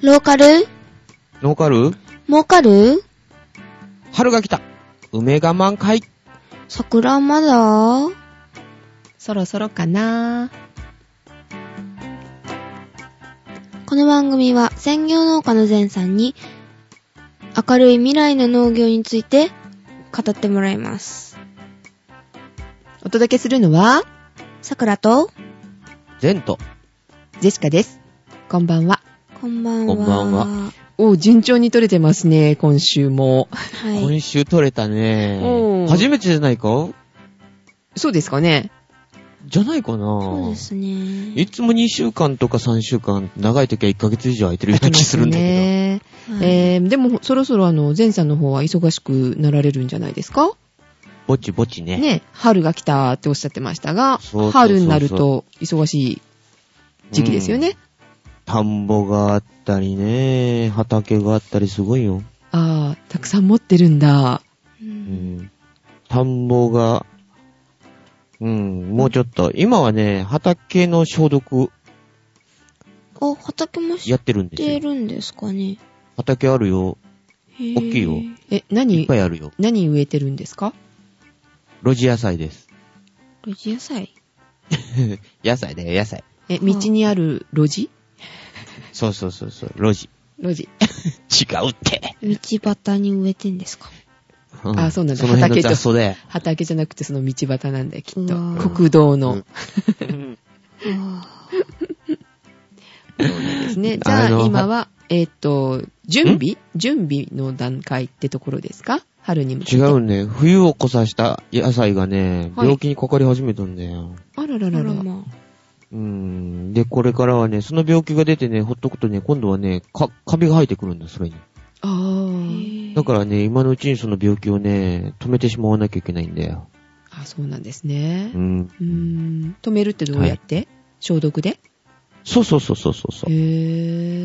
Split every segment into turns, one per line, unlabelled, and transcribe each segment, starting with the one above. ローカル
ノーカル
儲かる
春が来た梅が満開
桜まだ
そろそろかな
この番組は専業農家の前さんに明るい未来の農業について語ってもらいます。
お届けするのは、
桜と、
前と
ジェシカです。こんばんは。
こんばんは。
こんばんは。
お順調に撮れてますね、今週も。
はい。
今週撮れたね、
うん
初めてじゃないか
そうですかね。
じゃないかな
そうですね。
いつも2週間とか3週間、長い時は1ヶ月以上空いてるような気するんだけど。
ね
はい
えー、でも、そろそろあの、前さんの方は忙しくなられるんじゃないですか
ぼちぼちね。
ね、春が来たっておっしゃってました
そう
が、
そうそうそう
春になると忙しい時期ですよね。
田んぼがあったりね、畑があったりすごいよ。
ああ、たくさん持ってるんだ。
う
うんん。田んぼが、うん、もうちょっと。今はね、畑の消毒
あ、畑も知
や
っ
ってるんです
て
よ。
るんですかね。
畑あるよ。
大
大きいよ
え、
いっ
何
ぱ、いあるよ。
何植えてるんですか
路地野菜です。
露地野菜
野菜だよ、野菜。
え、道にある路地
そうそうそうそう、路地。
路地。
違うって。
道端に植えてんですか
うん
あそうなんだ
その辺の
畑と
雑草で。
畑じゃなくてその道端なんだよ、きっ
うわ
と。
ー
国道の。
あ
ですね。じ
あ
ゃあ
の
今は、えーっと、準備準備の段階ってところですか春に向けて。
違うね。冬を越さした野菜がね、
はい
病気にかかり始めたんだよ。
あらら
ー
ら
あ
ら
ら。まあ。
うん。で、これからはね、その病気が出てね、ほっとくとね、今度はね、か、カビが生えてくるんだ、それに。
あ
へ
ー
ー
だからね、今のうちにその病気をね、止めてしまわなきゃいけないんだよ。
あ、そうなんですね
う。ん。
うーん。止めるってどうやって、消毒で
そうそうそうそうそうそ
へ
う。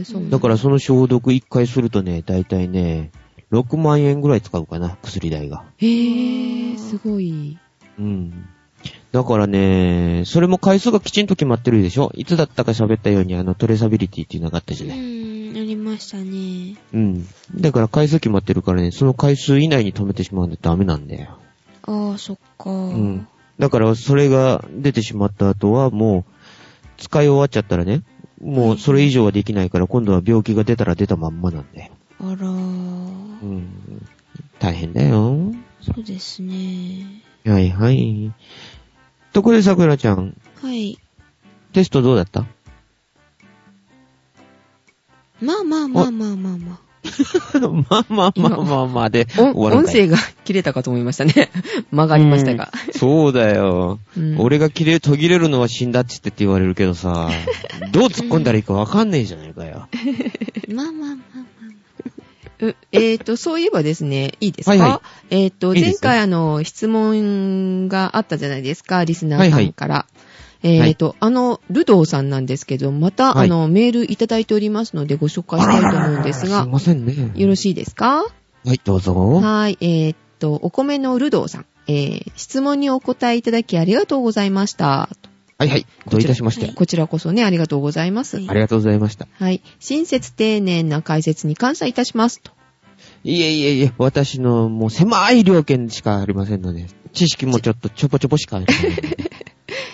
ー、そうなん
だからその消毒1回するとね、だいたいね、6万円ぐらい使うかな、薬代が。
へー、すごい。
うん。だからね、それも回数がきちんと決まってるでしょいつだったか喋ったように、あの、トレーサビリティっていうのがあったじゃ
う
ない。
ん、ありましたね。
うん。だから回数決まってるからね、その回数以内に止めてしまうんだとダメなんだよ。
ああ、そっか。
うん。だから、それが出てしまった後は、もう、使い終わっちゃったらね、もうそれ以上はできないから、今度は病気が出たら出たまんまなんだよ。
あらー
う、ん。大変だよ。
そうですね。
はいはい。ところで、桜ちゃん、
はい。
テストどうだった
まあまあまあまあまあまあ。
まあまあまあまあまあで、終
お
わるん
音
かい
声が切れたかと思いましたね。 曲がりましたが。
そうだよ。
うん
俺が切れ、途切れるのは死んだっちってって言われるけど さ、どう突っ込んだらいいかわかんねえじゃないかよ。
まあまあまあまあ。
うえっ、と、そういえばですね、いいですか、
はいは
えっ、と、
いいで
前
すよ
回あの、質問があったじゃないですか、リスナーさんから。えっ、と、あの、ルドーさんなんですけど、また、
はい
あの、メールいただいておりますので、ご紹介したいと思うんです
す
が、
いませんね。
よろしいですか
はい、どうぞ。
はい、えーっと、お米のルドーさん。えー質問にお答えいただきありがとうございました。
はいはい。どういたしまして。
はい
こちらこそね、ありがとうございます。
はい
ありがとうございました。
はい。親切丁寧な解説に感謝いたします。と。
いえいえいえ、私のもう狭い料金しかありませんので、知識もちょっとちょぽちょぽしかありませんので。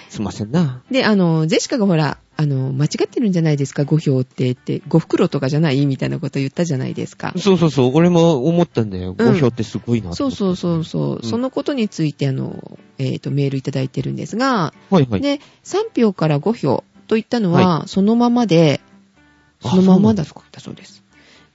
すいませんな。
で、あの、ゼシカがほら、あの、間違ってるんじゃないですか、5票ってって、5袋とかじゃないみたいなこと言ったじゃないですか。
そうそうそう、俺も思ったんだよ。
うん
5票ってすごいなと
そ
思っ
う
て、
そうそうそう、
うん
そのことについて、あの、えっ、と、メールいただいてるんですが、
はいはい。
で、3票から5票といったのは、そのままで、
あ
そのままだったそうです。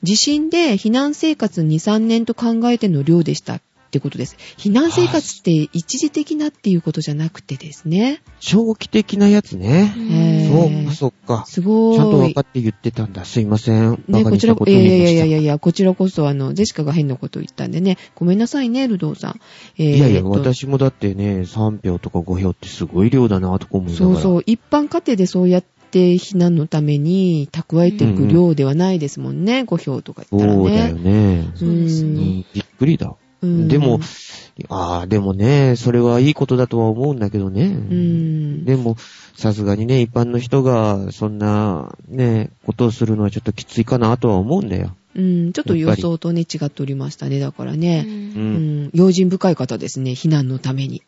地震で避難生活2、3年と考えての量でしたってことです。避難生活って一時的なっていうことじゃなくてですね。
長期的なやつね。
へー
そうか、そうか。
すごーい。
ちゃんと分かって言ってたんだ。すいません。
ね、
バカ
こ
にし
ちら
た
こ、
こと
い
に
や
なり
い
ま
や
した
いやいやいや、こちらこそ、あの、ジェシカが変なこと言ったんでね、ごめんなさいね、ルドーさん。えー
いやいや、
えっと
私もだってね、3票とか5票ってすごい量だなとか思いなが
そ
ら。
うそう、一般家庭でそうやって避難のために蓄えていく量ではないですもんね、5票とか言ったら
そうだよ
ね。
ね。
そうです
う
ね。
ん、びっくりだ。
うん
でも、ああ、でもね、それはいいことだとは思うんだけどね。
うん。
でも、さすがにね、一般の人が、そんな、ね、ことをするのはちょっときついかなとは思うんだよ。
うん、ちょっと
やっ
予
ぱり
想とね、違っておりましたね。だから
う
ね、
うん
うん
ん。
用心深い方ですね、避難のために。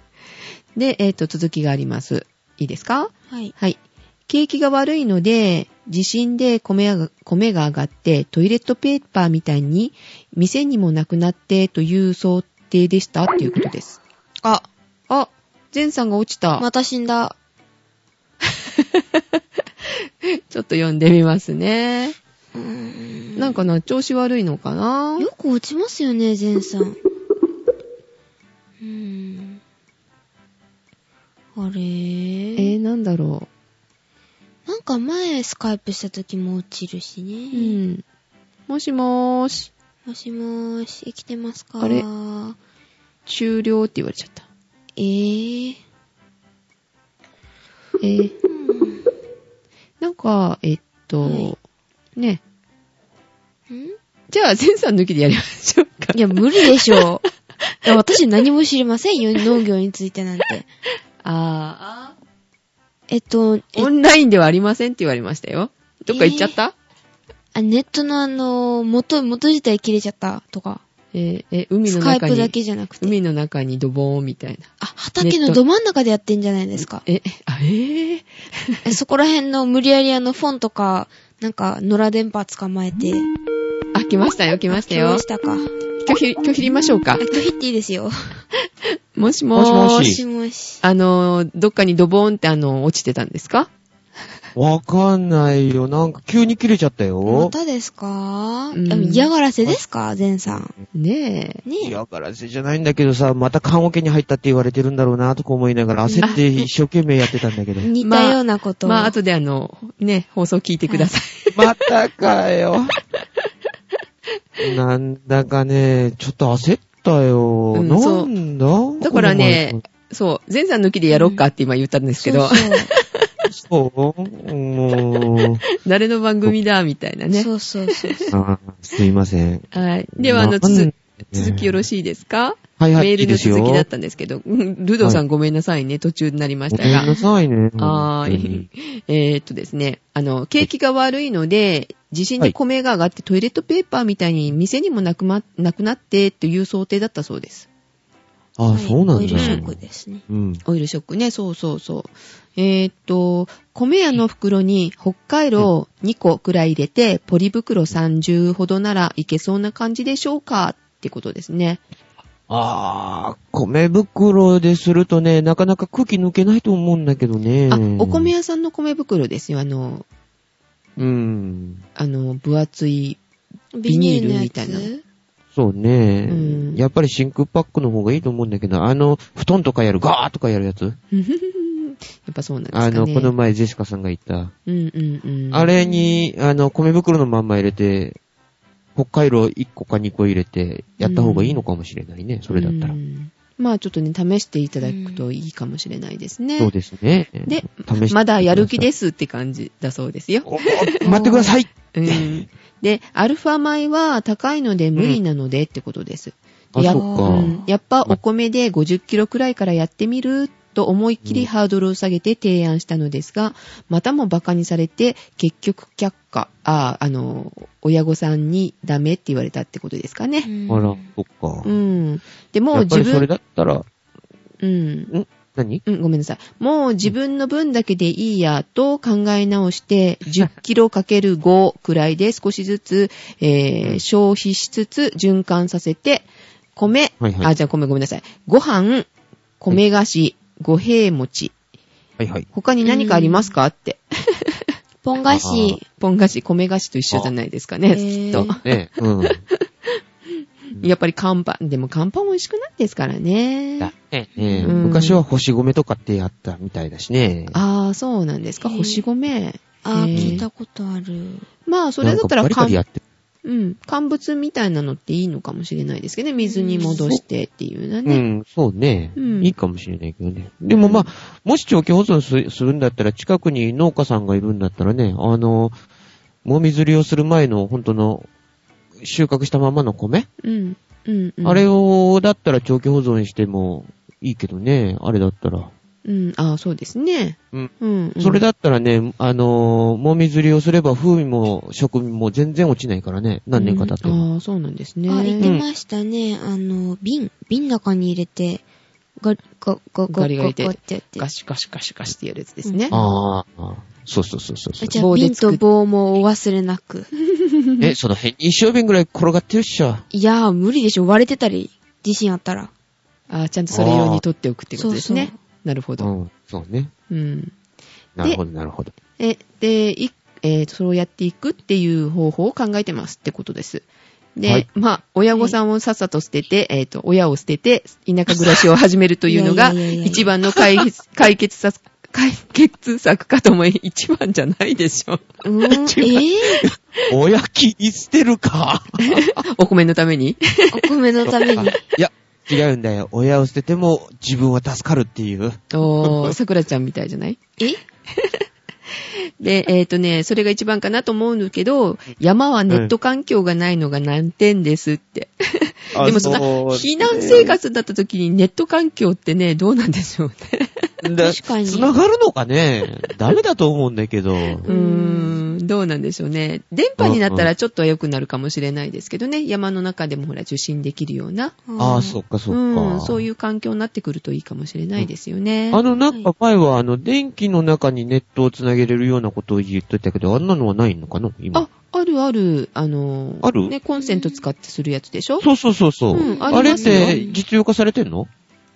で、えっ、と、続きがあります。いいですか
はい。
はい。景気が悪いので、地震で米が米が上がって、トイレットペーパーみたいに、店にもなくなってという想定でしたっていうことです。
あ、
あ、前さんが落ちた。
また死んだ。
ちょっと読んでみますね。
うーん
なんかな、調子悪いのかな
よく落ちますよね、ゼンさん。うーん。あれ
え
ー
ー、なんだろ
なんか前スカイプした時も落ちるし
う。う
ね。
ん。もしもーし、
もしもーし、生きてますか
あれ
えー
終了って言われちゃった。
えー。
えー、
うん
なんか、えっと、
はい
ね。
ん
じゃあ、前さん抜きでやりましょうか。
いや、無理でし ょう。いや私何も知りませんよ、農業についてなんて。
あー
えっと、え
オンラインではありませんって言われましたよ。どっか行っちゃった、
あネットのあの、元、元自体切れちゃったとか、
えーえ海
ス
の
カイ
中
プだ
に、
けじゃなくて。
海の中にドボーンみたいな。
あ、畑のど真ん中でやってんじゃないです か。
え、あえー、
えそこら辺の無理やりあのフォンとか、なんか野良電波捕まえて、
あ、来ましたよ、来ました
来
よ
まし。たか。
拒否、拒否りましょうか
あ、。拒否っていいですよ。
もしもーし。
もしも
も
い
しも
い
し。
あのー、どっかにドボーンってあの、落ちてたんですか
わかんないよ。なんか急に切れちゃった
ま
よ。
たですか
うん
でも嫌がらせですかゼンさん。
ねえ。
ねえ。
嫌がらせじゃないんだけどさ、また缶桶に入ったって言われてるんだろうなとか思いながら焦って一生懸命やってたんだけど。
似たようなことを。
まあ、後であの、ね、放送聞いてください。
またか よ。なんだかね、ちょっと焦ったよ。
うんそ
な
うん
だ
だからね、そう、前さん抜きでやろうかって今言ったんですけど、
そうそう
この前そうもう、
誰の番組だ、みたいなね。
そうそうそう。
あすいません。
はい。では、あの、
なん
つ
ね
づ続きよろしいですか、
はいはい、
メール
いいで
の
すよ
続きだったんですけど、うんルドーさんごめんなさいね、途中になりました
ごめんな
が。
さいね。
は
本当
ー
に
い。。えーっとですね、あの、景気が悪いので、地震で米が上がってトイレットペーパーみたいに店にもなくま、なくなってという想定だったそうです。
あ、そうな
オ
ん
イ
だ
ル。ショックですね。
うん。
オイルショックね、そうそうそう。えーっと、米屋の袋に北海道2個くらい入れて、ポリ袋30ほどならいけそうな感じでしょうかってことですね。
ああ、米袋でするとね、なかなか空気抜けないと思うんだけどね。
あ、お米屋さんの米袋ですよ。あの、
うん。
あの、分厚い。
ビニールのやつ
ビニールみたいな
そうね、
うん
やっぱり真空パックの方がいいと思うんだけど、あの、布団とかやる、ガーッとかやるやつ、
やっぱそうなんですか
あ
ね。
の、この前ジェシカさんが言った。
うんうんうん。
あれに、あの、米袋のまんま入れて、北海道1個か2個入れて、やった方がいいのかもしれないね、それだったら
う。んまあちょっとね、試していただくといいかもしれないですね。
そうですね。
で
試して。
まだやる気ですすって感じだそうですよ。
おお待ってくだ さい
うん。で、アルファ米は高いので無理なのでってことです。
あ、
や
そ
っ
っ
あ
か。
うんやっぱお米で50キロくらいからやってみると思いっきりハードルを下げて提案したのですが、またも馬鹿にされて結局却下、ああ、あの、親御さんにダメって言われたってことですかね。
うん
あら、そっか。
うん。で
や
もう
っぱ
自
りそれ
分、
だったら、
うん。
何
うん、ごめんなさい。もう自分の分だけでいいやと考え直して、10キロかける5くらいで少しずつ、えー消費しつつ循環させて、米、
はいはい
あ、じゃあ米ごめんなさい。ご飯、米菓子、五平餅。
はいはい。
他に何かありますかって。
ポン菓子。
ポン菓子、米菓子と一緒じゃないですか
へ
ね、きっ
ー
と。
ね うん。
やっぱり乾パン、でも乾パン美味しくないですからね
だ。ねね
うん
昔は星米とかってやったみたいだしね。
ああ、そうなんですか。
へー
星米。
あ
へ
ー、
ー
聞いたことある。
まあ、それだっ
な
たら
んかバリバ
乾
リやってる
うん。乾物みたいなのっていいのかもしれないですけどね。水に戻してっていうのは
う
ね。
ん、そうね、
うん
いいかもしれないけどね。でもまあ、もし長期保存すするんだったら、近くに農家さんがいるんだったらね、あの、もみずりをする前の、本当の、収穫したままの米
うん。うんうん、
あれを、だったら長期保存してもいいけどね、あれだったら。
うん、ああ、そうですね。
うん。
うん、うん。
それだったらね、あのーもみずりをすれば風味も食味も全然落ちないからね、何年か経っても。
うんああ、そうなんですね。
あ、言って
ね
ましたね。あの、瓶、瓶の中に入れて、ガリガガガガ
ガリガリで
ガってやって。
ガシガシガシガシってやるやつですね。
ああ、そうそうそうそうそう。
じゃあ
棒で
瓶
作
と
っ
棒もお忘れなく。
え、その辺に一生瓶ぐらい転がってるっしょ。
いやー、無理でしょ。割れてたり、自信あった ら。
ああ、ちゃんとそれ用に取っておくってことですね。
そう
なるほ
う
ど。
ん、そうね。
うん。
なるほど、なるほど。
え、で、いえーそうやっていくっていう方法を考えてますってことです。で、
はい
まあ、親御さんをさっさと捨てて、えっ、と、親を捨てて、田舎暮らしを始めるというのが、
いやいやいやいや
一番の解決、解決策、解決策かと思い、一番じゃないでしょ。
うーん、えぇ、
親切り捨てる か。
お米のために。
お米のため に。
いや、違うんだよ。親を捨てても自分は助かるっていう。
お ー、桜ちゃんみたいじゃない
え
で、えっ、とね、それが一番かなと思うんだけど、山はネット環境がないのが難点ですって。でもそんな、避難生活だった時にネット環境ってね、どうなんでしょうね。
確かに
繋がるのかねダメだと思うんだけど。
うーん、どうなんでしょうね。電波になったらちょっとは良くなるかもしれないですけどね、山の中でもほら受信できるような、
ああ、そっかそっか。
うん、そういう環境になってくるといいかもしれないですよね。
あの、なんか前は、あの、電気の中にネットをつなげれるようなことを言ってたけど、あんなのはないのかな今。
あ、あるある、あの、
ある
ね、コンセント使ってするやつでしょ
そうそうそうそう。
うん
あ
あり
れ
ま
っ
すよ
て実用化されてんの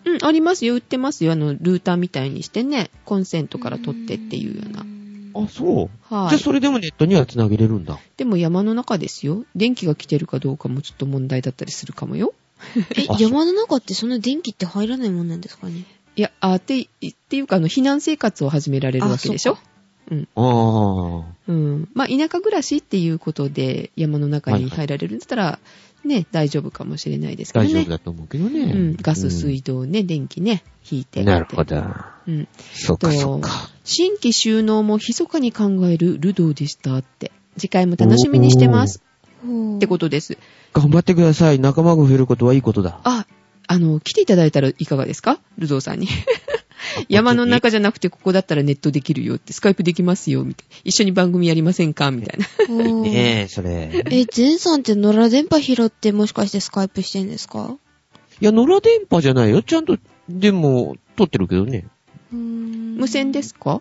うん、ありますよ。売ってますよ。あの、ルーターみたいにしてね、コンセントから取ってっていうような。
あ、そう。
は
じゃあ
い。
それでもネットにはつなげれるんだ。
でも山の中ですよ。電気が来てるかどうかもちょっと問題だったりするかもよ。
え
あ、
山の中ってそんな電気って入らないもんなんですかね
いや、あ、って、っていうか、あの、避難生活を始められるわけでし
あ
ょ
そ。
ああ。
うん。まあ、田舎暮らしっていうことで山の中に入られるんだったら、ね、大丈夫かもしれないですけど
大
ね。
丈夫だと思うけどね。
うん。ガ
う
ス、
ん
水道ね、電気ね、引いて。
なるほど。
うん。
そっ
と
かそっか。
新規収納も密かに考えるルドーでしたって。次回も楽しみにしてます。
っ
ってことです。
頑張ってください。仲間が増えることはいいことだ。
あ、あの、来ていただいたらいかがですかルドーさんに。山の中じゃなくてここだったらネットできるよって、スカイプできますよ、みたいな。一緒に番組やりませんかみたいな。
と
いいねえ、それ。
え、ゼンさんって野良電波拾ってもしかしてスカイプしてんですか
いや、野良電波じゃないよ。ちゃんと、でも、撮ってるけどね。
無
無線ですか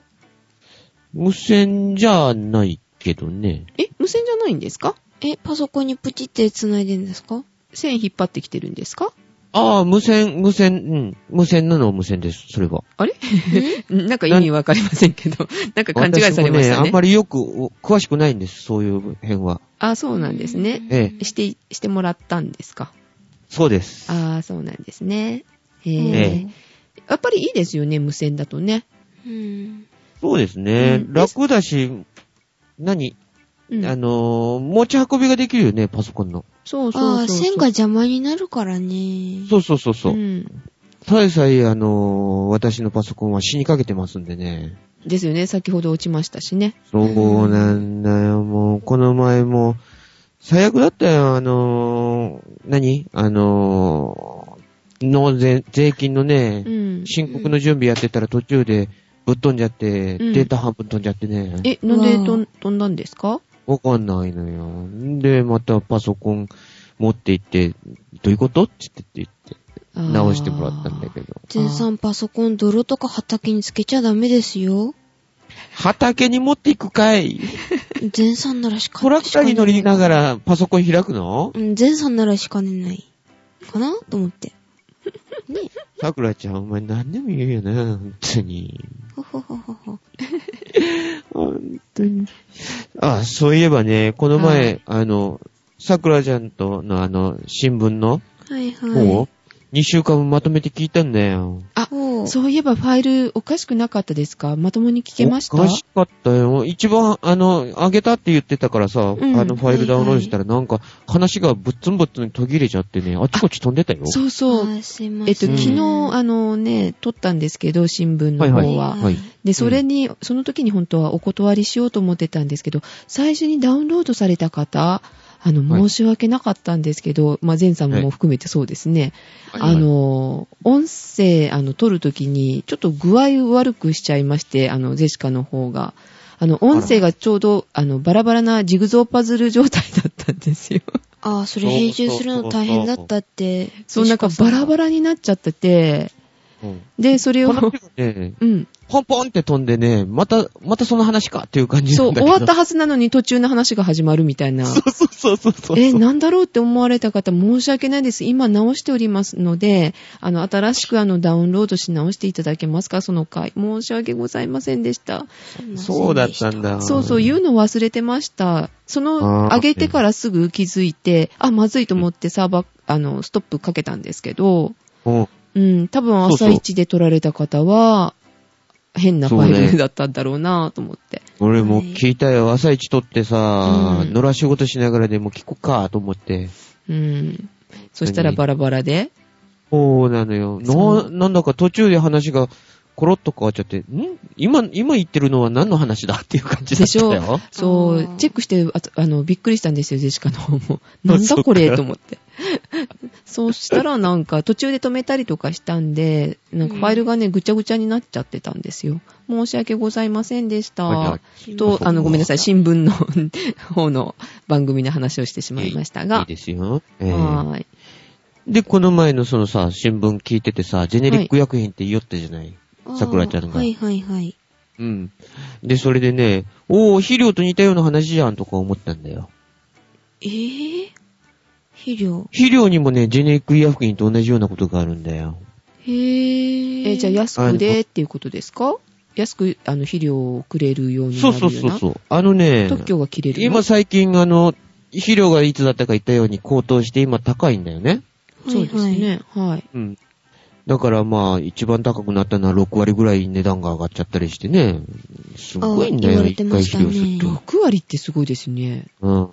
無線じゃないけどね。
え、無線じゃないんですか
え、パソコンにプチって繋いでんですか
線引っ張ってきてるんですか
ああ、無線、無線、うん。無線なのは無線です。それは。
あれ なんか意味わかりませんけど、なんか勘違いされまし
私も
た
あん
ね。
まりよく、お詳しくないんです。そういう辺は。
あ、そうなんですね。
ええ。
して、してもらったんですか
そうです。
あそうなんですね。へ
え
え
え
やっぱりいいですよね、無線だとね。
うん。
そうですね。
うん
楽だし、何、
うん
あのー持ち運びができるよね、パソコンの。
そうそう
あ
そう
あ、
そう。
線が邪魔になるからね。
そうそうそうそうう。
ん
ただでさえ、あのー私のパソコンは死にかけてますんでね。
ですよね。先ほど落ちましたしね。
そうなんだよ、もう、この前も、最悪だったよ、あのー何あのー納税、税金のね
う、ん。
申告の準備やってたら途中でぶっ飛んじゃって、
うん
データ半分飛んじゃってね。
え、なんで
わあ
とん飛んだんですか
わかんないのよ。んで、またパソコン持って行って、どういうことって言って、直してもらったんだけど。
ゼンさん、パソコン泥とか畑につけちゃダメですよ。
畑に持っていくかい
ゼンさんならしか
トラクターに乗りながらパソコン開くの
うん、ゼンさんならしかねない。かなと思って。
桜ちゃん、お前何でも言うよな、本当に。
ほほほほほ。
本当に。あ、そういえばね、この前、あの、桜ちゃんとのあの、新聞の
はいはい。
本を、2週間もまとめて聞いたんだよ。
あ
ほう
そういえばファイルおかしくなかったですかまともに聞けました
おかしかったよ。一番、あの、あげたって言ってたからさ、
ん
あの、ファイルダウンロードしたら、なんか、話がぶっつんぶっつん途切れちゃってね、あちこち飛んでたよ。
そうそう。
あすいません。
えっと、
うん
昨日、あのね、撮ったんですけど、新聞の
はい
方は。
はい。
で、それに、その時に本当はお断りしようと思ってたんですけど、最初にダウンロードされた方、あの、
はい
申し訳なかったんですけど、まあ、前さんも含めてそうですね。
はい
あの、音声、あの、撮るときに、ちょっと具合悪くしちゃいまして、あの、ゼシカの方が。あの、音声がちょうど、あの、バラバラなジグゾーパズル状態だった んですよ。
ああ、それ編集するの大変だったって。
そう、なんかバラバ
ラ。
ラになっちゃってて、
うん
で、それを、
話がね、
うん。
ポンポンって飛んでね、また、またその話かっていう感じ
そ
な
う、
んだ
終
けど。
わったはずなのに途中の話が始まるみたいな。
た。 そうそうそうそうそう。
え、なんだろうって思われた方、申し訳ないです。今直しておりますので、あの、新しくあの、ダウンロードし直していただけますか、その回。申し訳ございませんでした。
そうだったんだ。
そうそう、言うの忘れてました。その、
あー
上げてからすぐ気づいて、あ、まずいと思ってサーバー、あの、ストップかけたんですけど、
うん。
うん、多分
そうそ
朝
う
一で撮られた方は、変なフ
そう
ァイ
ね
ルだったんだろうなと思って。
俺も聞いたよ。朝一撮ってさ、
うん
野良仕事しながらでも聞こっかと思って。
うん。そしたらバラバラで、
そうなのよ。
そう
な、なんだか途中で話がコロッと変わっちゃって、ん今、今言ってるのは何の話だっていう感じだった
でし
よ。
そ
あ
う
ー、
チェックして、あとあの、びっくりしたんですよ、ジェシカの方も。なんだ
そっか
これと思って。 そうしたらなんか、途中で止めたりとかしたんで、なんかファイルがね、ぐちゃぐちゃになっちゃってたんですよ。申し訳ございませんでし
はいは
た
い。
と、あの、ごめんなさい、
し
新聞の方の番組の話をしてしまいました
いい
が。
ですよ。ええ
はーい。
で、この前のそのさ、新聞聞いててさ、ジェネリック薬品って言おったじゃない、桜ちゃんが
はいはいはい。
うん。で、それでね、おー、肥料と似たような話じゃんとか思ったんだよ。
えぇ、肥料。
肥料にもね、ジェネリック医薬品と同じようなことがあるんだよ。
へぇー。
え、じゃあ安くでっていうことですか安く、あの、肥料をくれるようにな
そ
るよ
う
うな。
そうそうそう。あのね、
特許が切れるの。
今最近あの、肥料がいつだったか言ったように高騰して今高いんだよね。
そうです
はいはい。
ね。はい。
うん。だからまあ、一番高くなったのは6割ぐらい値段が上がっちゃったりしてね。すごいんだ
あ言
よ、
われ
一
て
回
ました
肥
ね
料すると。
6割ってすごいですね。
うん。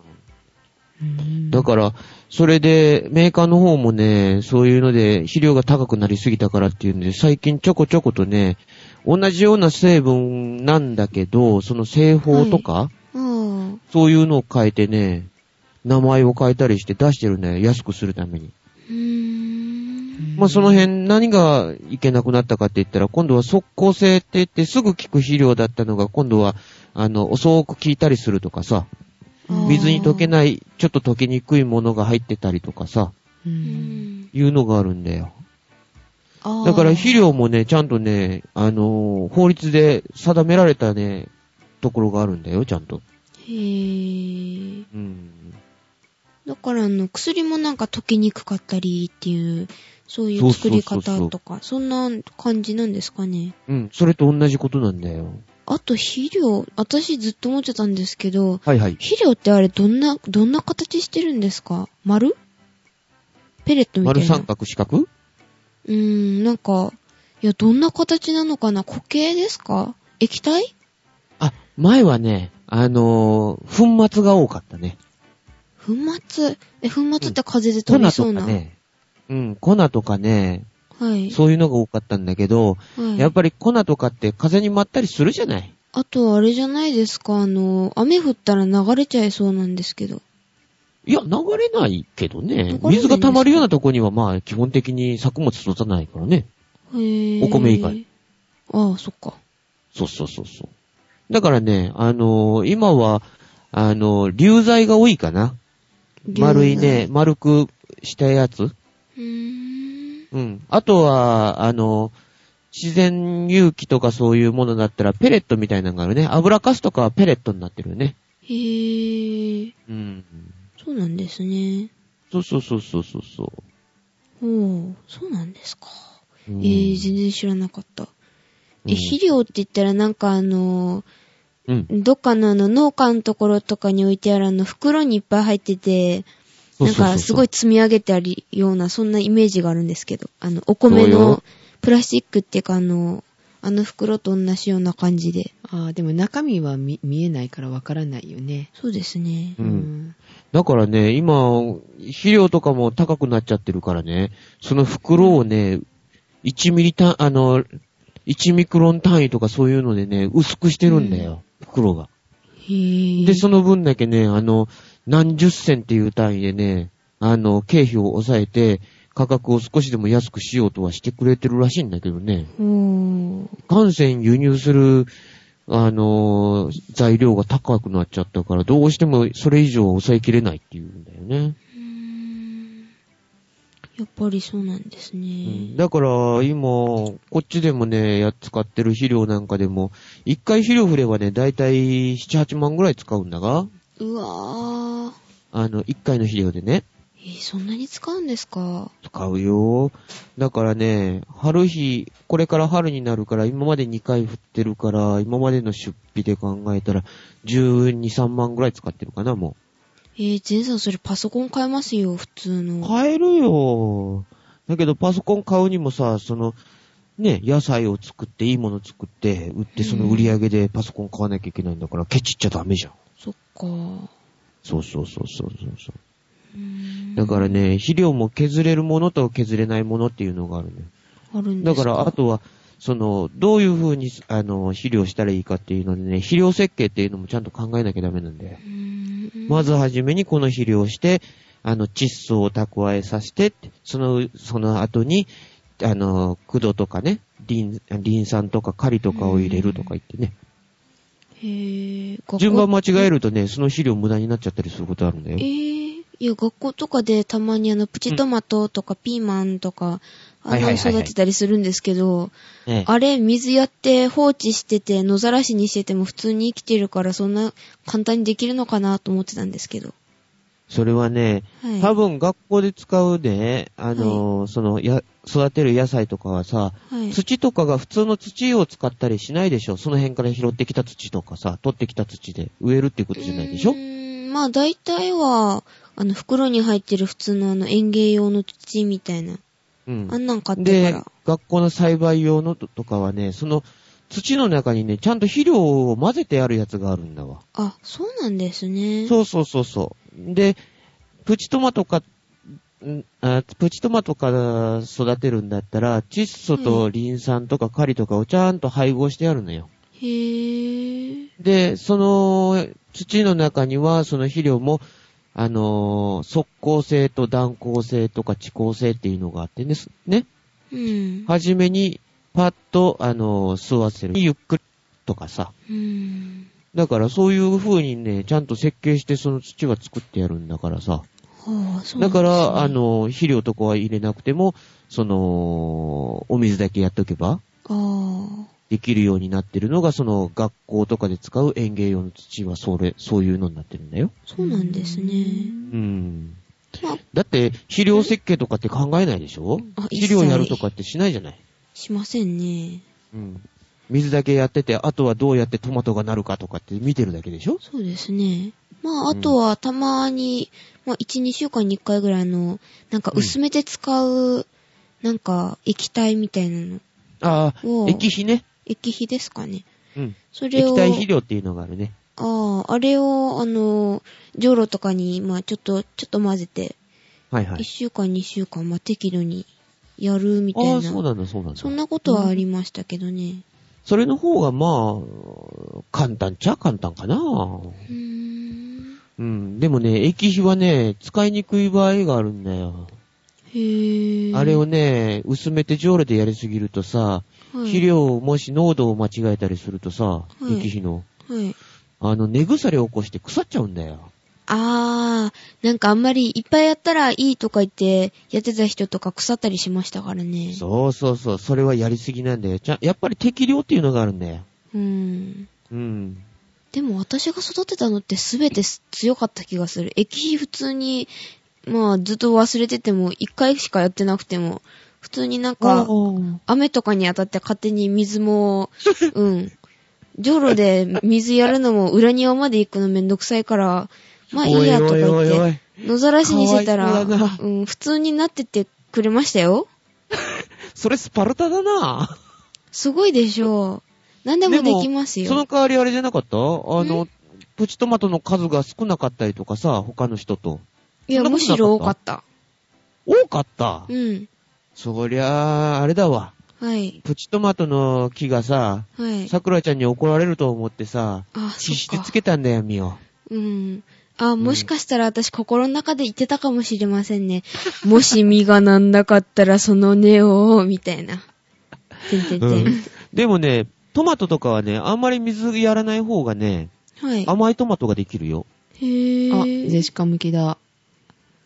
うん
だから、それで、メーカーの方もね、そういうので、肥料が高くなりすぎたからっていうんで、最近ちょこちょことね、同じような成分なんだけど、その製法とか、
ああ。
そういうのを変えてね、名前を変えたりして出してるんだよ、安くするために。
うーん。
まあ、その辺何がいけなくなったかって言ったら、今度は即効性って言ってすぐ効く肥料だったのが、今度は、あの、遅く効いたりするとかさ、水に溶け
い。
ない、ちょっと溶けにくいものが入ってたりとかさ、
う。
うんん
いうのがあるんだよ。
あー
だから肥料もね、ちゃんとね、あのー法律で定められたね、ところがあるんだよ、ちゃんと。
へぇー。
うん。
だからあの、薬もなんか溶けにくかったりっていう、そうい
そううそ
作
うそう
り
そう
方とか、そんな感じなんですかね。
うん、それと同じことなんだよ。
あと肥料、私ずっと思ってたんですけど、
はいはい。
肥料ってあれどんな、どんな形してるんですか丸ペレットみたいな。
丸三角四角
うーん、なんか、いや、どんな形なのかな固形ですか液体
あ、前はね、あのー粉末が多かったね。
粉末え、粉末って風で
粉
飛びそ
と
う
か
な。
ね。うん、粉とかね、
はい。
そういうのが多かったんだけど、
はい、
やっぱり粉とかって風に舞ったりするじゃない
あと、あれじゃないですか、あの、雨降ったら流れちゃいそうなんですけど。
いや、流れないけど
流れないん
ね
です。か
水が溜まるようなとこには、まあ、基本的に作物育たないからね。
へぇー。
お米以外。
ああ、そっか。
そうそうそうそう。だからね、あのー今は、あのー流剤が多いかな。丸いね、丸くしたやつ。
うーん。
うん。あとは、あのー自然有機とかそういうものだったら、ペレットみたいなのがあるね。油かすとかはペレットになってるよね。
へぇー。
うん。
そうなんですね。
そうそうそうそうそうそう。
おー、そうなんですか。
え
えー、全然知らなかった。え、肥料って言ったらなんかあの
うん。
ーどっかのあの農家のところとかに置いてあるあの袋にいっぱい入ってて、
そう
な
そ
ん
うそ
か
うそう
すごい積み上げてあるような、そんなイメージがあるんですけど、あの、お米
そう
の
よ
プラスチックっていうかあの、あの袋と同じような感じで。
ああ、でも中身は見見えないからわからないよね。
そうですね。
うんだからね、今、肥料とかも高くなっちゃってるからね、その袋をね、1ミリ単、あの、1ミクロン単位とかそういうのでね、薄くしてるんだよ、袋が。
へぇー。
で、その分だけね、あの、何十銭っていう単位でね、あの、経費を抑えて、価格を少しでも安くしようとはしてくれてるらしいんだけどね。
うーん。
感染輸入する、あのー材料が高くなっちゃったから、どうしてもそれ以上は抑えきれないっていうんだよね。
やっぱりそうなんですね。
だから、今、こっちでもね、や使ってる肥料なんかでも、一回肥料振ればね、だいたい7、8万ぐらい使うんだが、
うわぁ。
あの、一回の肥料でね、
えーそんなに使うんですか
使うよ。だからね、春日、これから春になるから、今まで2回振ってるから、今までの出費で考えたら、12、3万ぐらい使ってるかな、もう。
えー、ジェンさんそれパソコン買えますよ、普通の。
買えるよ。だけどパソコン買うにもさ、その、ね、野菜を作って、いいもの作って、売って、その売り上げでパソコン買わなきゃいけないんだから、ケチっちゃダメじゃん。
そっか。う
そうそうそうそうそうそう。
ーん
だからね、肥料も削れるものと削れないものっていうのがあるね。
あるんで
だ
すか
から、あとは、その、どういう風に、あの、肥料したらいいかっていうのでね、肥料設計っていうのもちゃんと考えなきゃダメなんだよ。
うーん
まずはじめにこの肥料をして、あの、窒素を蓄えさせてって、その、その後に、あの、クドとかね、リン、リン酸とかカリとかを入れるとか言ってね。
へぇー、学校
順番間違えるとね、その肥料無駄になっちゃったりすることあるんだよ
え。ー、いや、学校とかでたまにあの、プチトマトとかピーマンとか、あ
はいは
の、
いはいはい
育てたりするんですけど、
ええ
あれ、水やって放置してて、野ざらしにしてても普通に生きてるから、そんな簡単にできるのかなと思ってたんですけど。
それはね、
はい。
多分学校で使うね、あの、その、や、育てる野菜とかはさ、
はい。
土とかが普通の土を使ったりしないでしょ。その辺から拾ってきた土とかさ、取ってきた土で植えるっていうことじゃないでしょ
うーんまあ大体は、あの、袋に入ってる普通のあの、園芸用の土みたいな。
うん
あんなん買って
で
から。、
学校の栽培用のととかはね、その土の中にね、ちゃんと肥料を混ぜてあるやつがあるんだわ。
あ、そうなんですね。
そうそうそうそう。で、プチトマトか、んあプチトマトから育てるんだったら、窒素とリン酸とかカリとかをちゃんと配合してあるのよ。
へぇー。
で、その土の中には、その肥料も、あのー速効性と断効性とか遅効性っていうのがあってね、すね。
うん。
はじめに、パッと、あの、吸わせる。ゆっくりとかさ。
うん。
だからそういう風にね、ちゃんと設計してその土は作ってやるんだからさ。
はあ、そうな
だ
んですね
から、あ、の、肥料とかは入れなくても、その、お水だけやっとけば、
あ
できるようになってるのが、その、学校とかで使う園芸用の土は、それ、そういうのになってるんだよ。
あ、そうなんですね。
うん。
まあ、
だって、肥料設計とかって考えないでしょ
あ一
肥
切
料やるとかってしないじゃない
しませんね。
うん。水だけやってて、あとはどうやってトマトがなるかとかって見てるだけでしょ
そうですね。まあ、
う
あ
ん
とはたまに、まあ、1、2週間に1回ぐらいの、なんか薄めて使う、なんか液体みたいなの。
あ
お
あ、
う
液肥ね。
液肥ですかね。
うん。
それ
液
を、
体肥料っていうのがあるね。
ああ、あれを、あの、じょうろとかに、まあ、ちょっと、ちょっと混ぜて、
はいは
1
い。
週間、2週間、まあ、適度にやるみたい
あ
な。
あ、そうなんだ、そうなんだ。
そんなことはありましたけどね。
それの方が、まあ、簡単っちゃ簡単かな。
うーん。
うん。でもね、液肥はね、使いにくい場合があるんだよ。
へー。
あれをね、薄めてジョールでやりすぎるとさ、肥料をもし濃度を間違えたりするとさ、
い
液肥の、
はい。はい。
あの、根腐れを起こして腐っちゃうんだよ。
あー、なんかあんまりいっぱいやったらいいとか言って、やってた人とか腐ったりしましたからね。
そうそうそう、それはやりすぎなんだよ。ちゃんやっぱり適量っていうのがあるんだよ。
う。うん。
うん。
でも私が育てたのって全てす強かった気がする。液肥普通に、まあずっと忘れてても、一回しかやってなくても、普通になんか、雨とかに当たって勝手に水も、うん。ジョロで水やるのも裏庭まで行くのめんどくさいから、まあいいやとか言
おいおいおいお
っ
い
て、野ざらしにしてたら、
かわいそうだな
うん、普通になってってくれましたよ。
それスパルタだな
すごいでしょう。何でもできます
その
よ。
代わりあれじゃなかったあの
ん、
プチトマトの数が少なかったりとかさ、他の人と。
いや、
そんな
む
ことなかった
しろ多かった。
多かった。
うん。
そりゃあ、あれだわ。
はい。
プチトマトの木がさ、
はい。
桜ちゃんに怒られると思ってさ、
あ、
血し
そ
て
っ
つ
か。
けたんだよ、みよ。
うん。あ、もしかしたら私心の中で言ってたかもしれませんね。 もし実がなんなかったらその根を、みたいな。てんてんてん。
うんでもね、トマトとかはね、あんまり水やらない方がね、
はい。
甘いトマトができるよ。
へぇ
あ、
ー。
ゼシカ向きだ。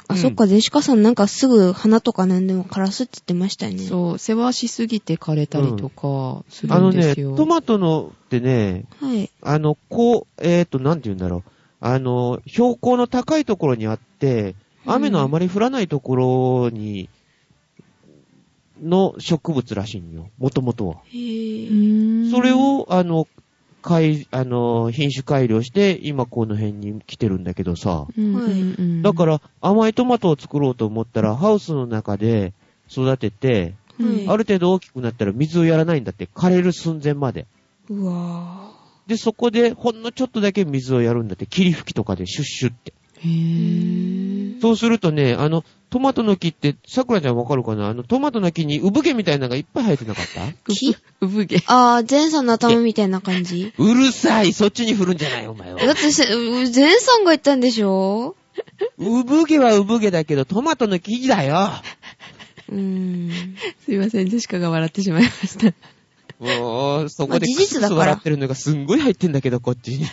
あ、そっか、ゼシカさんなんかすぐ花とかなんでも枯らすって言ってましたよね。
そう、世話しすぎて枯れたりとかす
あ
る
の
んで
ね、
すよ。
トマトのってね、
はい。
あの、こう、えっ、ー、と、なんて言うんだろう。あの、標高の高いところにあって、雨のあまり降らないところに、の植物らしいんよ。もともとは。
へぇ
うーん
それ、を、あの、改、あの、品種改良して、今この辺に来てるんだけどさ。
うんうんうん
だから、甘いトマトを作ろうと思ったら、ハウスの中で育てて、
うん
ある程度大きくなったら水をやらないんだって、枯れる寸前まで。
うわ
で、そこで、ほんのちょっとだけ水をやるんだって、霧吹きとかでシュッシュって。
へぇ
そうするとね、あの、トマトの木って、桜ちゃんわかるかなあの、トマトの木に産毛みたいなのがいっぱい生えてなかった
木
うぶげ。
ー。あー、ゼンさんの頭みたいな感じ
うるさいそっちに振るんじゃないお前
だ
は
っ。てせ、うゼンさんが言ったんでしょ
産毛は産毛だけど、トマトの木だ よ
うーん。
すいません、ジェシカが笑ってしまいました。
もう、そこ
ま
で
あ事
クス
実
ク
だ
ス
から
笑ってるのがすんごい入ってんだけど、こっちに。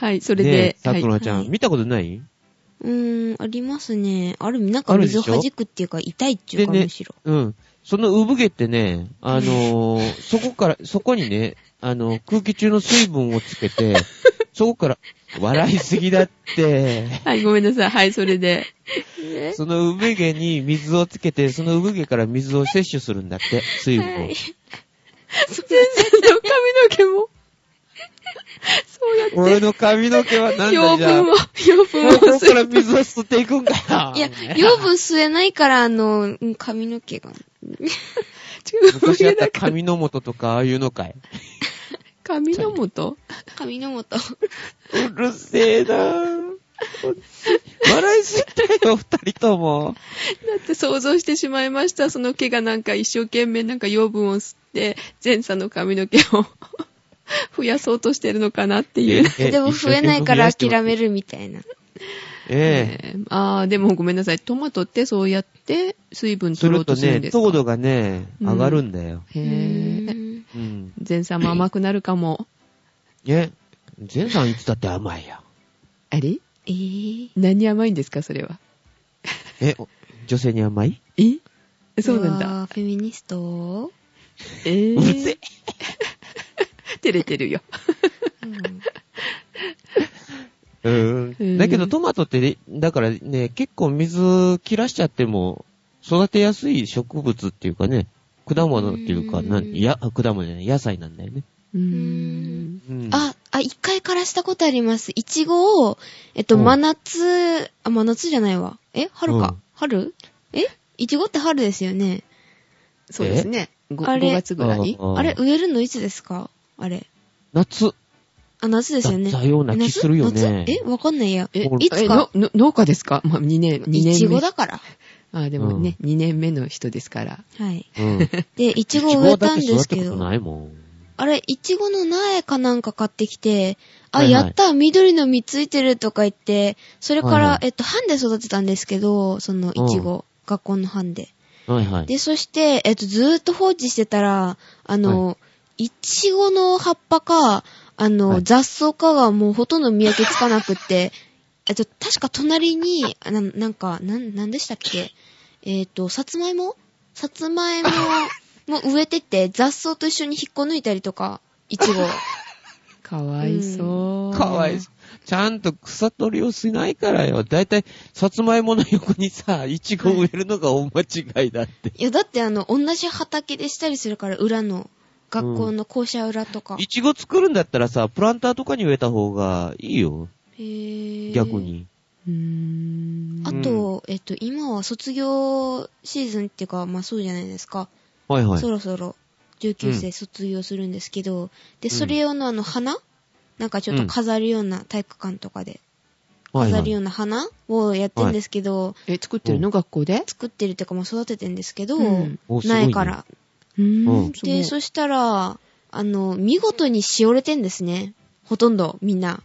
はい、それ
ねえ
で、
さく
は
ら
い
ちゃん、
はい
見たことないう
ーん、ありますね。ある、なん
あ
か
るでし
水
ょ
を弾くっていうか、痛いっていうか、
でね
むしろ。
うん。その産毛ってね、あのーそこから、そこにね、あの、空気中の水分をつけて、そこから、笑いすぎだって。
はい、ごめんなさい。はい、それで。
その産毛に水をつけて、その産毛から水を摂取するんだって、水分を。
はい
全然の髪の毛も。そうやって。
俺の髪の毛はなんだ
養
じゃあ、
分を
も、
養分を
うここ
吸
か
う。
ら水を吸っていくんか
いや、養分吸えないから、あの、うん髪の毛が。
昔あ
違
っ
う、
た髪の元とか、ああいうのかい。
髪の元
髪の元。
うるせえなぁ。笑いすぎたよ、二人とも。
だって想像してしまいました。その毛がなんか一生懸命なんか養分を吸って、前さんの髪の毛を 増やそうとしてるのかなっていう。
でも増えないから諦め
る。
るみたいな。
ええ。
えーあー、でもごめんなさい。トマトってそうやって水分
す
取ろ
る
うと
と
する
ね
んで、すか
糖度がね、上がるんだよ。
へ
う
ー
ーん
うん。
前さんも甘くなるかも。
ね。全さんいつだって甘いや。
あれ
えー
何甘いんですかそれは。
え、女性に甘い
えそうなんだ。
わーフェミニスト
えー
うるせえ。
照れてるよ。
うん
うん。
ん
だけどトマトってね、だからね、結構水切らしちゃっても、育てやすい植物っていうかね、果物っていうか、
うん
なん、いや、果物じゃない、野菜なんだよね。
うーん。
うん、
あ、あ、一回枯らしたことあります。いちごを、えっと、
うん
真夏、あ、真夏じゃないわ。え春
う
か
ん。
春えいちごって春ですよね。
そうですね。ご
あれ
5月ぐらい。
あ
あれ、植えるのいつですかあれ。
夏
あ、夏ですよね。
だったような気するよね
夏えわかんないや。
え
俺
いつか
えのの農家ですかまあ、2年、二
いち
年目
ご。だから。
あ、でもね、2年目の人ですから。
はい。
うん。い
で、いち
ち
ご
ご
植え
だ
た
っ
ん
て
で
育
す
て
け
たこと
ど、
ないもん。
あれ、いちごの苗かなんか買ってきて、あ、
はいはい
やった緑の実ついてるとか言って、それから、
はいはい
えっと、班で育てたんですけど、そのいちご、学校の班で。
はいはい。
で、そして、えっと、ずーっと放置してたら、あの、いちごの葉っぱか、あの、
はい
雑草かがもうほとんど見分けつかなくって、えっと、確か隣に、あななんか、なん、なんでしたっけえっと、さつまいもさつまいもも植えてて、雑草と一緒に引っこ抜いたりとか、いち ご。
かわいそう。
かわいそう。ちゃんと草取りをしないからよ。だいたい、さつまいもの横にさ、いちご植えるのが大間違いだって。
いや、だってあの、同じ畑でしたりするから、裏の、学校の校舎裏とか。
いちご作るんだったらさ、プランターとかに植えた方がいいよ。
へー
逆に。
うーん。
あと、えっと、今は卒業シーズンっていうか、まあそうじゃないですか。
はいはい。
そろそろ19生卒業するんですけど、で、それ用のあの花なんかちょっと飾るような体育館とかで
はいは
飾
い
るような花をやってるんですけど、
え、作ってるの学校で
作ってるっていうか、まあ育ててんですけど、
うん
おすごいね
苗から。
うー
うん
ん。
で、
すごい
そしたら、あの、見事にしおれてんですね。ほとんど、みんな。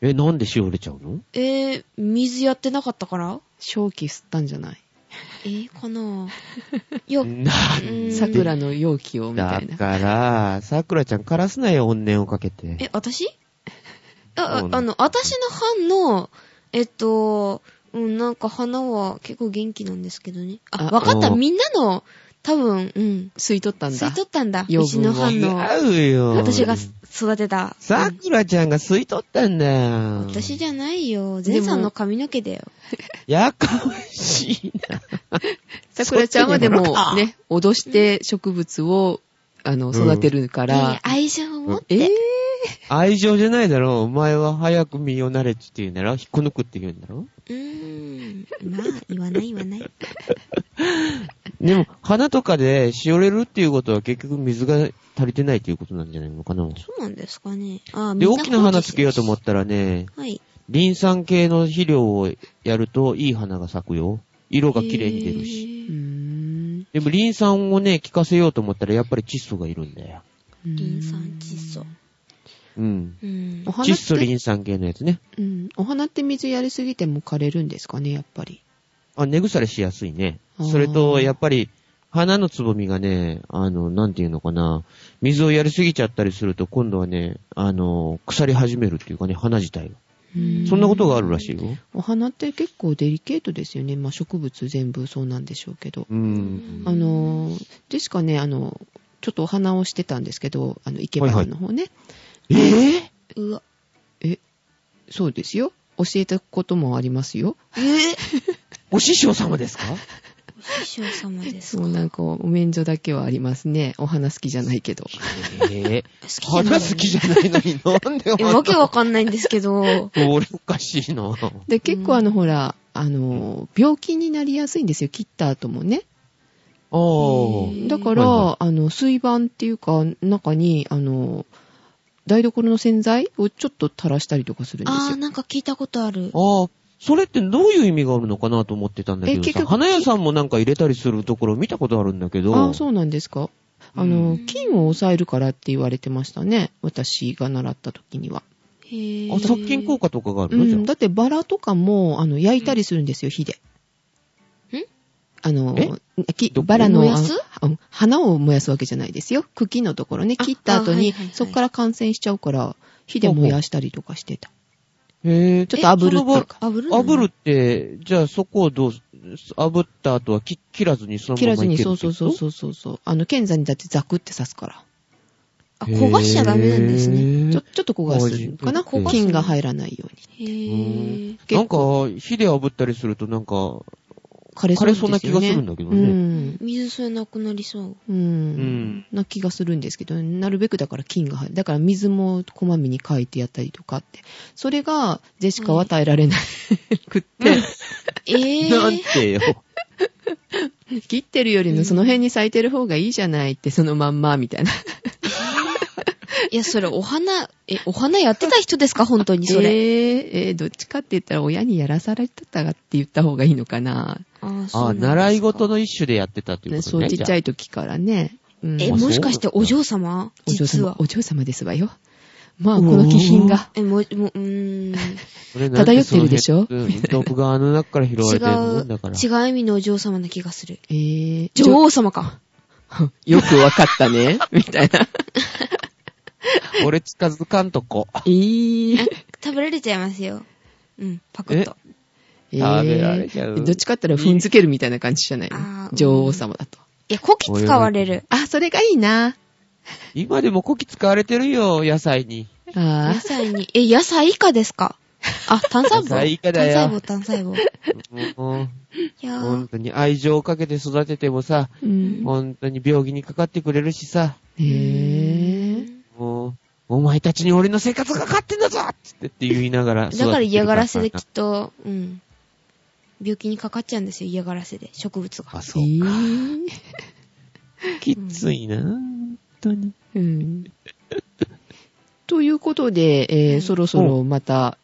え、なんでしおれちゃうの
えー、水やってなかったから
正気吸ったんじゃない
えー、かなぁ。いや、
なんで
桜の容器をみた
だ
いな。
から、桜ちゃん枯らすなよ、怨念をかけて。
え、私あ、
そう
あ
ね
あの、私の班の、えっと、うん、なんか花は結構元気なんですけどね。あ、
あ
わかった。
おー
みんなの、多分、うん。
吸い取ったんだ。
吸い取ったんだ。
養
うち
分を
の班の、
違うよ。
私が育てた。うん
桜ちゃんが吸い取ったんだよ。
私じゃないよ。ゼンさんの髪の毛だよ。
やかましいな。
桜ちゃんはで
そっち
も
にもらうか
ね、脅して植物を、あの、育てるか
いい
ら、
愛情を持っ
えぇ
て。
愛情じゃないだろ。お前は早く身を慣れっつって言うんだろ。引っこ抜くって言うんだろ。
うーん。まあ、言わない言わない。
でも、花とかでしおれるっていうことは結局水が足りてないっていうことなんじゃないのかな。
そうなんですかね。あ、
で、大きな花つけようと思
っ
ったらね、
て。はい。
リン酸系の肥料をやるといい花が咲くよ。色が綺麗に出るし。
う
し
ーん。
でも、リン酸をね、効かせようと思ったらやっぱり窒素がいるんだよ。
リン酸窒素。
うん。
うん
お。花
窒
っ
素リ
て、
ン酸系のやつね。
うん、お花って水やりすぎても枯れるんですかね、やっぱり。
あ、根腐れしやすいね
あ。ー
それと、やっぱり、花のつぼみがね、あの、なんていうのかな、水をやりすぎちゃったりすると、今度はね、あの、腐り始めるっていうかね、花自体
う
が。
ん
そんなことがあるらしいよ。
お花って結構デリケートですよね。まあ、植物全部そうなんでしょうけど。
うん。
あのー、でしかね、あの、ちょっとお花をしてたんですけど、あの、池
はいは
原
い
の方ね。
えぇ、
うわ。
そうですよ。教えたこともありますよ。
えぇ、
お師匠様ですか
師匠様です
そ
か。
う、なんか、お免除だけはありますね。お花好きじゃないけど。
好
えぇ、
きじゃな
花
い
好きじゃないのに、なんで
え、わ
花
けわかんないんですけど。
俺おかしいな。
で、結構あの、ほら、あの、病気になりやすいんですよ。切った後もね。
あ
へ
ー。
ー
だから、
はいは
あの、水盤っていうか、中に、あの、台所の洗剤をちょっと垂らしたりとかするんで
あー、
すよ。
なんか聞いたことある。
ああ。それってどういう意味があるのかなと思ってたんだけど
え結
さ、
局
花屋さんもなんか入れたりするところ見たことあるんだけど。
ああ、そうなんですか。あ
う
の、
ん
菌を抑えるからって言われてましたね。私が習った時には。
へぇ
あ、殺菌効果とかがあ
う
るのじゃ
ん、
ん。
だってバラとかも、あの、焼いたりするんですよ、火で。
ん
あの
え、
き
どこ
バラの
燃やす
ああ花を燃やすわけじゃないですよ。茎のところね、
あ
切った
あ
後に、
はいはいはい
そこから感染しちゃうから、火で燃やしたりとかしてた。
へえ。
ちょっと炙る
その
とか。
炙るの
炙るって、じゃあそこをどうす、炙った後は切切らずにその
切
ま
ら
ま
ず
いける
に、
ってこ
そ
と
うそうそうそうそうそう。あの、剣山にだってザクって刺すから。
あ、焦がしちゃダメなんですね。
へえ
ちょちょっと焦がすのかな
焦がす
菌が入らないように。
へ
うん
ぇ
なんか、火で炙ったりするとなんか、
枯れ
枯
そう
れ
です
そ
よ
うな気が
ね。
するんだけど
う
ね。
ん。
水それなくなりそう。
う。
うんん。
な気がするんですけど、なるべくだから菌が入る。だから水もこまめに変えてやったりとかって。それが、ジェシカは耐えられなくって、
えぇ
なんて よ。
切ってるより
う
も
ん
その辺に咲いてる方がいいじゃないって、そのまんま、みたいな。
いや、それお花、え、お花やってた人ですか本当にそれ。
えーえーどっちかって言ったら親にやらされてたかって言った方がいいのかな。
あーそう
あ
な
あ、
んですか
習い事の一種でやってたっていう
ね、
こと
そ
ね。
う、ちっちゃい時からね。うん
え、
あ
もしかしてお嬢様
お嬢
実
様
は、。
お嬢様ですわよ。まあ、この気品が。
え、もう、もう、うーん。
それなん
漂ってるでしょ
その辺うん毒側の中から拾わ
違
れてるも
うん
だから。、
違う意味のお嬢様な気がする。
えー、
女王様か。
よくわかったね、みたいな。
俺近づかんとこ。
えー、
食べられちゃいますよ。うん、パクッと。
え
食べられちゃう
どっちかって言ったら踏んづけるみたいな感じじゃない
あ
の
ー
女王様だと。
いや、コキ使われる。
あ、それがいいな。
今でもコキ使われてるよ、野菜に。
あ
野菜に。え、野菜以下ですかあ、炭酸棒。
野菜以下だよ
炭酸棒、炭酸棒。い
もう
や
本
ー、
当に愛情をかけて育ててもさ、
ーうん。
本当に病気にかかってくれるしさ、
へえ。
もう、お前たちに俺の生活がかかってんだぞつってって言いなが ら育てて
だ
る
から嫌がらせでき
な
っと、うん。病気にかかっちゃうんですよ、嫌がらせで。植物が
あ、。
え
そうか。
ー
きついな、本当に。
うん。ということで、えーそろそろまた、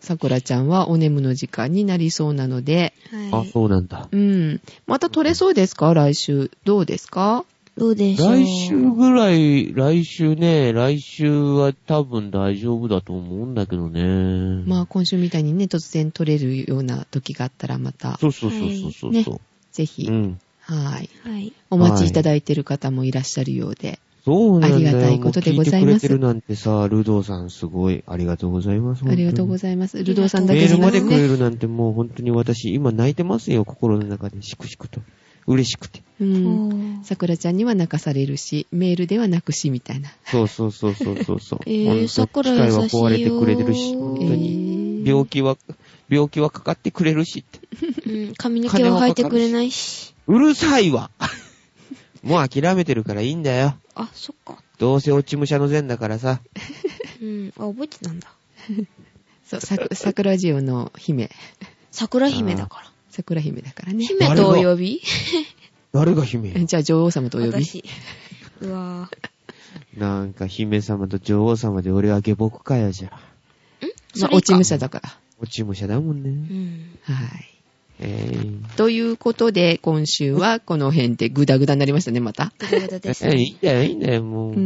さくらちゃんはお眠の時間になりそうなので、
はい。
あ、そうなんだ。
うん。また取れそうですか来週。どうですか
どうでしょう。
来週ぐらい、来週ね、来週は多分大丈夫だと思うんだけどね。
まあ今週みたいにね、突然取れるような時があったらまた、
そうそうそうそうそう。
ねぜひ、
うん。
はい。
はい。
お待ちいただいてる方もいらっしゃるようで。
そうなんだよ。
ありがたいことでございます
もう聞いてくれてるなんてさ、ルドーさんすごい、ありがとうございます。
ありがとうご
ざい
ざいます。ルドーさんだ
ま
け
メー
じゃ
ル
な
ま
くて
で
す
来
ね
れるなんてもう本当に私、今泣いてますよ、心の中で。しくしくと。嬉しくて。
うん。
おー
さくらちゃんには泣かされるし、メールでは泣くし、みたいな。
そうそうそうそうそうそう。
えー、
本当
桜
機
優
械は
しいよ。
壊れてくれてるし、本当に。
に
病気は、病気はかかってくれるしって。
うん、髪の毛は生えてくれないし。
うるさいわ もう諦めてるからいいんだよ。
あ、そっか。
どうせ落ち武者の善だからさ。
うん、あ、覚えてたんだ。
そう、さく、桜ジオの姫。
桜姫だから。
桜姫だからね。
姫とお呼び
誰が姫よ
じゃあ女王 様とお呼び。
私。うわぁ。
なんか姫様と女王様で俺は下僕かよじゃ。
ま
そ
あ、
れ以
落ち
下
武者だから。
落ち武者だもん
う
ね。
ん。
はい。
えー、
ということで、今週はこの辺でグダグダになりましたね、また。
グダグダで
えーい
す。
いんだよ、いいんだよ、もう。
うん
う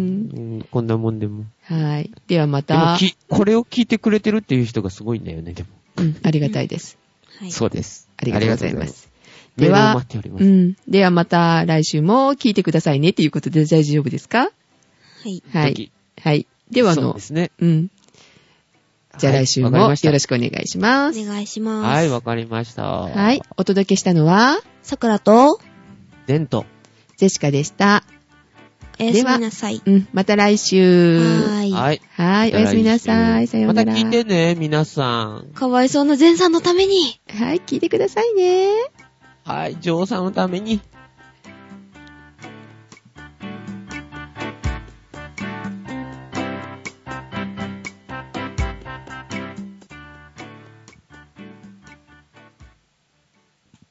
んこんなもんでも。
はい。ではま
でも
た、
き、これを聞いてくれてるっていう人がすごいんだよね、でも。
うん、ありがたいです。
はい。
そうです。
ありがとうございます。
ありがとうございます。メー
で
ルを
は
待っておりま
う
す。
ん。ではまた来週も聞いてくださいねっていうことで大丈夫ですか
はい。
は
時
い。はい。ではあ
そう
の
で、すね。
うん。じゃあ来週
は
も
いわかり
よ
ました
ろしくお願いしま
お
す。
願いします。
はい、わかりました。は
はい。。お届けしたのは、
桜と、
デント。
ジェシカでした。
おやすみなさい。
うん。また来週。
はーい。
はい。
はい。おやすみなさい。さようなら。
また聞いてね、皆さん。
かわいそうな善さんのために。
はい。聞いてくださいね。
はい、女王さんのために。